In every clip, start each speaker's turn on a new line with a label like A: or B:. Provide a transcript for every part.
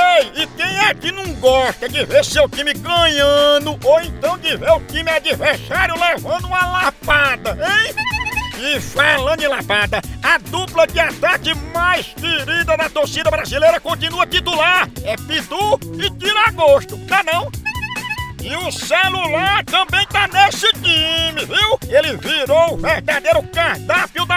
A: Ei, e quem é que não gosta de ver seu time ganhando ou então de ver o time adversário levando uma lapada, hein? E falando em lapada, a dupla de ataque mais querida da torcida brasileira continua titular. É Pitu e Tiragosto, tá não? E o celular também tá nesse time, viu? Ele virou o verdadeiro cardápio da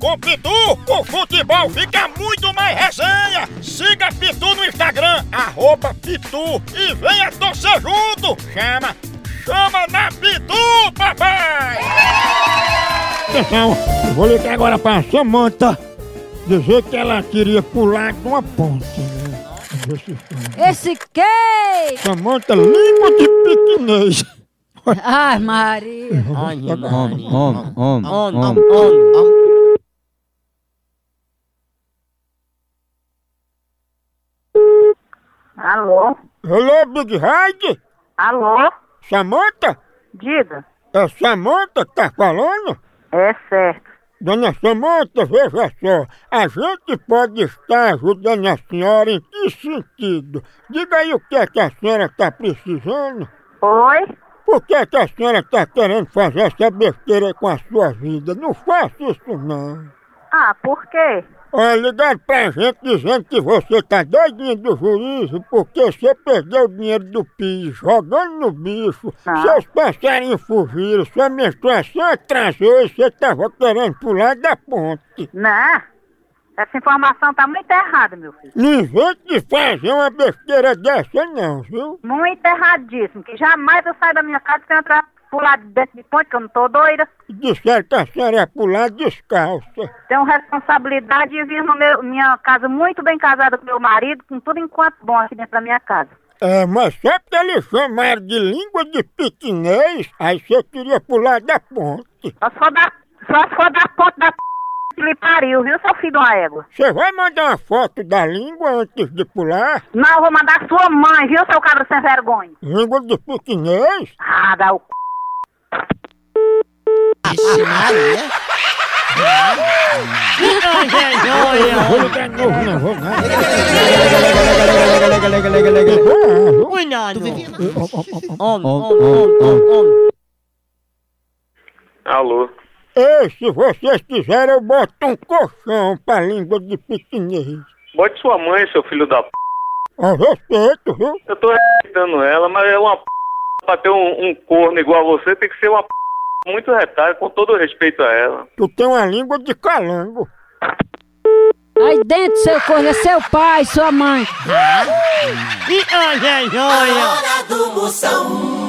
A: Com Pitu, o futebol fica muito mais resenha! Siga Pitu no Instagram, arroba Pitu e venha torcer junto! Chama! Chama na Pitu, papai! Atenção, eu vou ligar agora pra Samanta dizer que ela queria pular de uma ponte, né?
B: Esse quem?
A: Samanta, língua de piquinês!
B: Ai, Maria.
C: Ai,
D: Homem,
C: Maria.
D: homem, homem,
C: Homem,
D: homem.
C: homem, homem.
E: Alô?
A: Hello, Big Ride!
E: Alô?
A: Samanta?
E: Diga.
A: É Samanta que tá falando?
E: É certo.
A: Dona Samanta, veja só, a gente pode estar ajudando a senhora em que sentido? Diga aí o que é que a senhora está precisando?
E: Oi?
A: Por que é que a senhora está querendo fazer essa besteira com a sua vida? Não faça isso não.
E: Ah, por quê?
A: Olha, ligaram pra gente dizendo que você tá doidinho do juízo porque você perdeu o dinheiro do PIS jogando no bicho.
E: Ah.
A: Seus passarinhos fugiram, sua menstruação atrasou e você tava querendo pular da ponte.
E: Não. Né? Essa informação tá muito errada, meu filho.
A: Não invente de fazer uma besteira dessa não, viu?
E: Muito erradíssimo. Que jamais eu saio da minha casa sem entrar pular dentro de ponte, que eu não tô doida.
A: Disseram que a senhora ia é pular descalça.
E: Tenho responsabilidade e vivo na meu- minha casa muito bem casada com meu marido, com tudo enquanto bom aqui dentro da minha casa.
A: É, mas só porque eles chamaram de língua de piquinês, aí você queria pular da ponte.
E: Só se for da, só se for da ponte da p... que lhe pariu, viu, seu filho de uma égua?
A: Você vai mandar uma foto da língua antes de pular?
E: Não, eu vou mandar sua mãe, viu, seu cabra sem vergonha?
A: Língua de piquinês?
E: Ah, dá o c...
C: Ixi, Maria.
A: Vou ligar de novo, tá não vou nada.
D: Lega, lega, lega, lega, lega.
C: Cuidado. Homem,
D: Homem,
C: homem,
D: homem,
C: homem, homem.
F: Alô?
A: Ei, se vocês quiserem, eu boto um colchão pra língua de piquinês.
F: Bote sua mãe, seu filho da p.
A: A respeito, viu?
F: Eu tô respeitando ela, mas é uma p. Pra ter um, um corno igual a você, tem que ser uma p. Muito retalho, com todo respeito a ela.
A: Tu tem uma língua de calango.
B: Aí dentro, seu corno, é seu pai, sua mãe.
C: Ih, olha, olha.
G: Hora do Moção.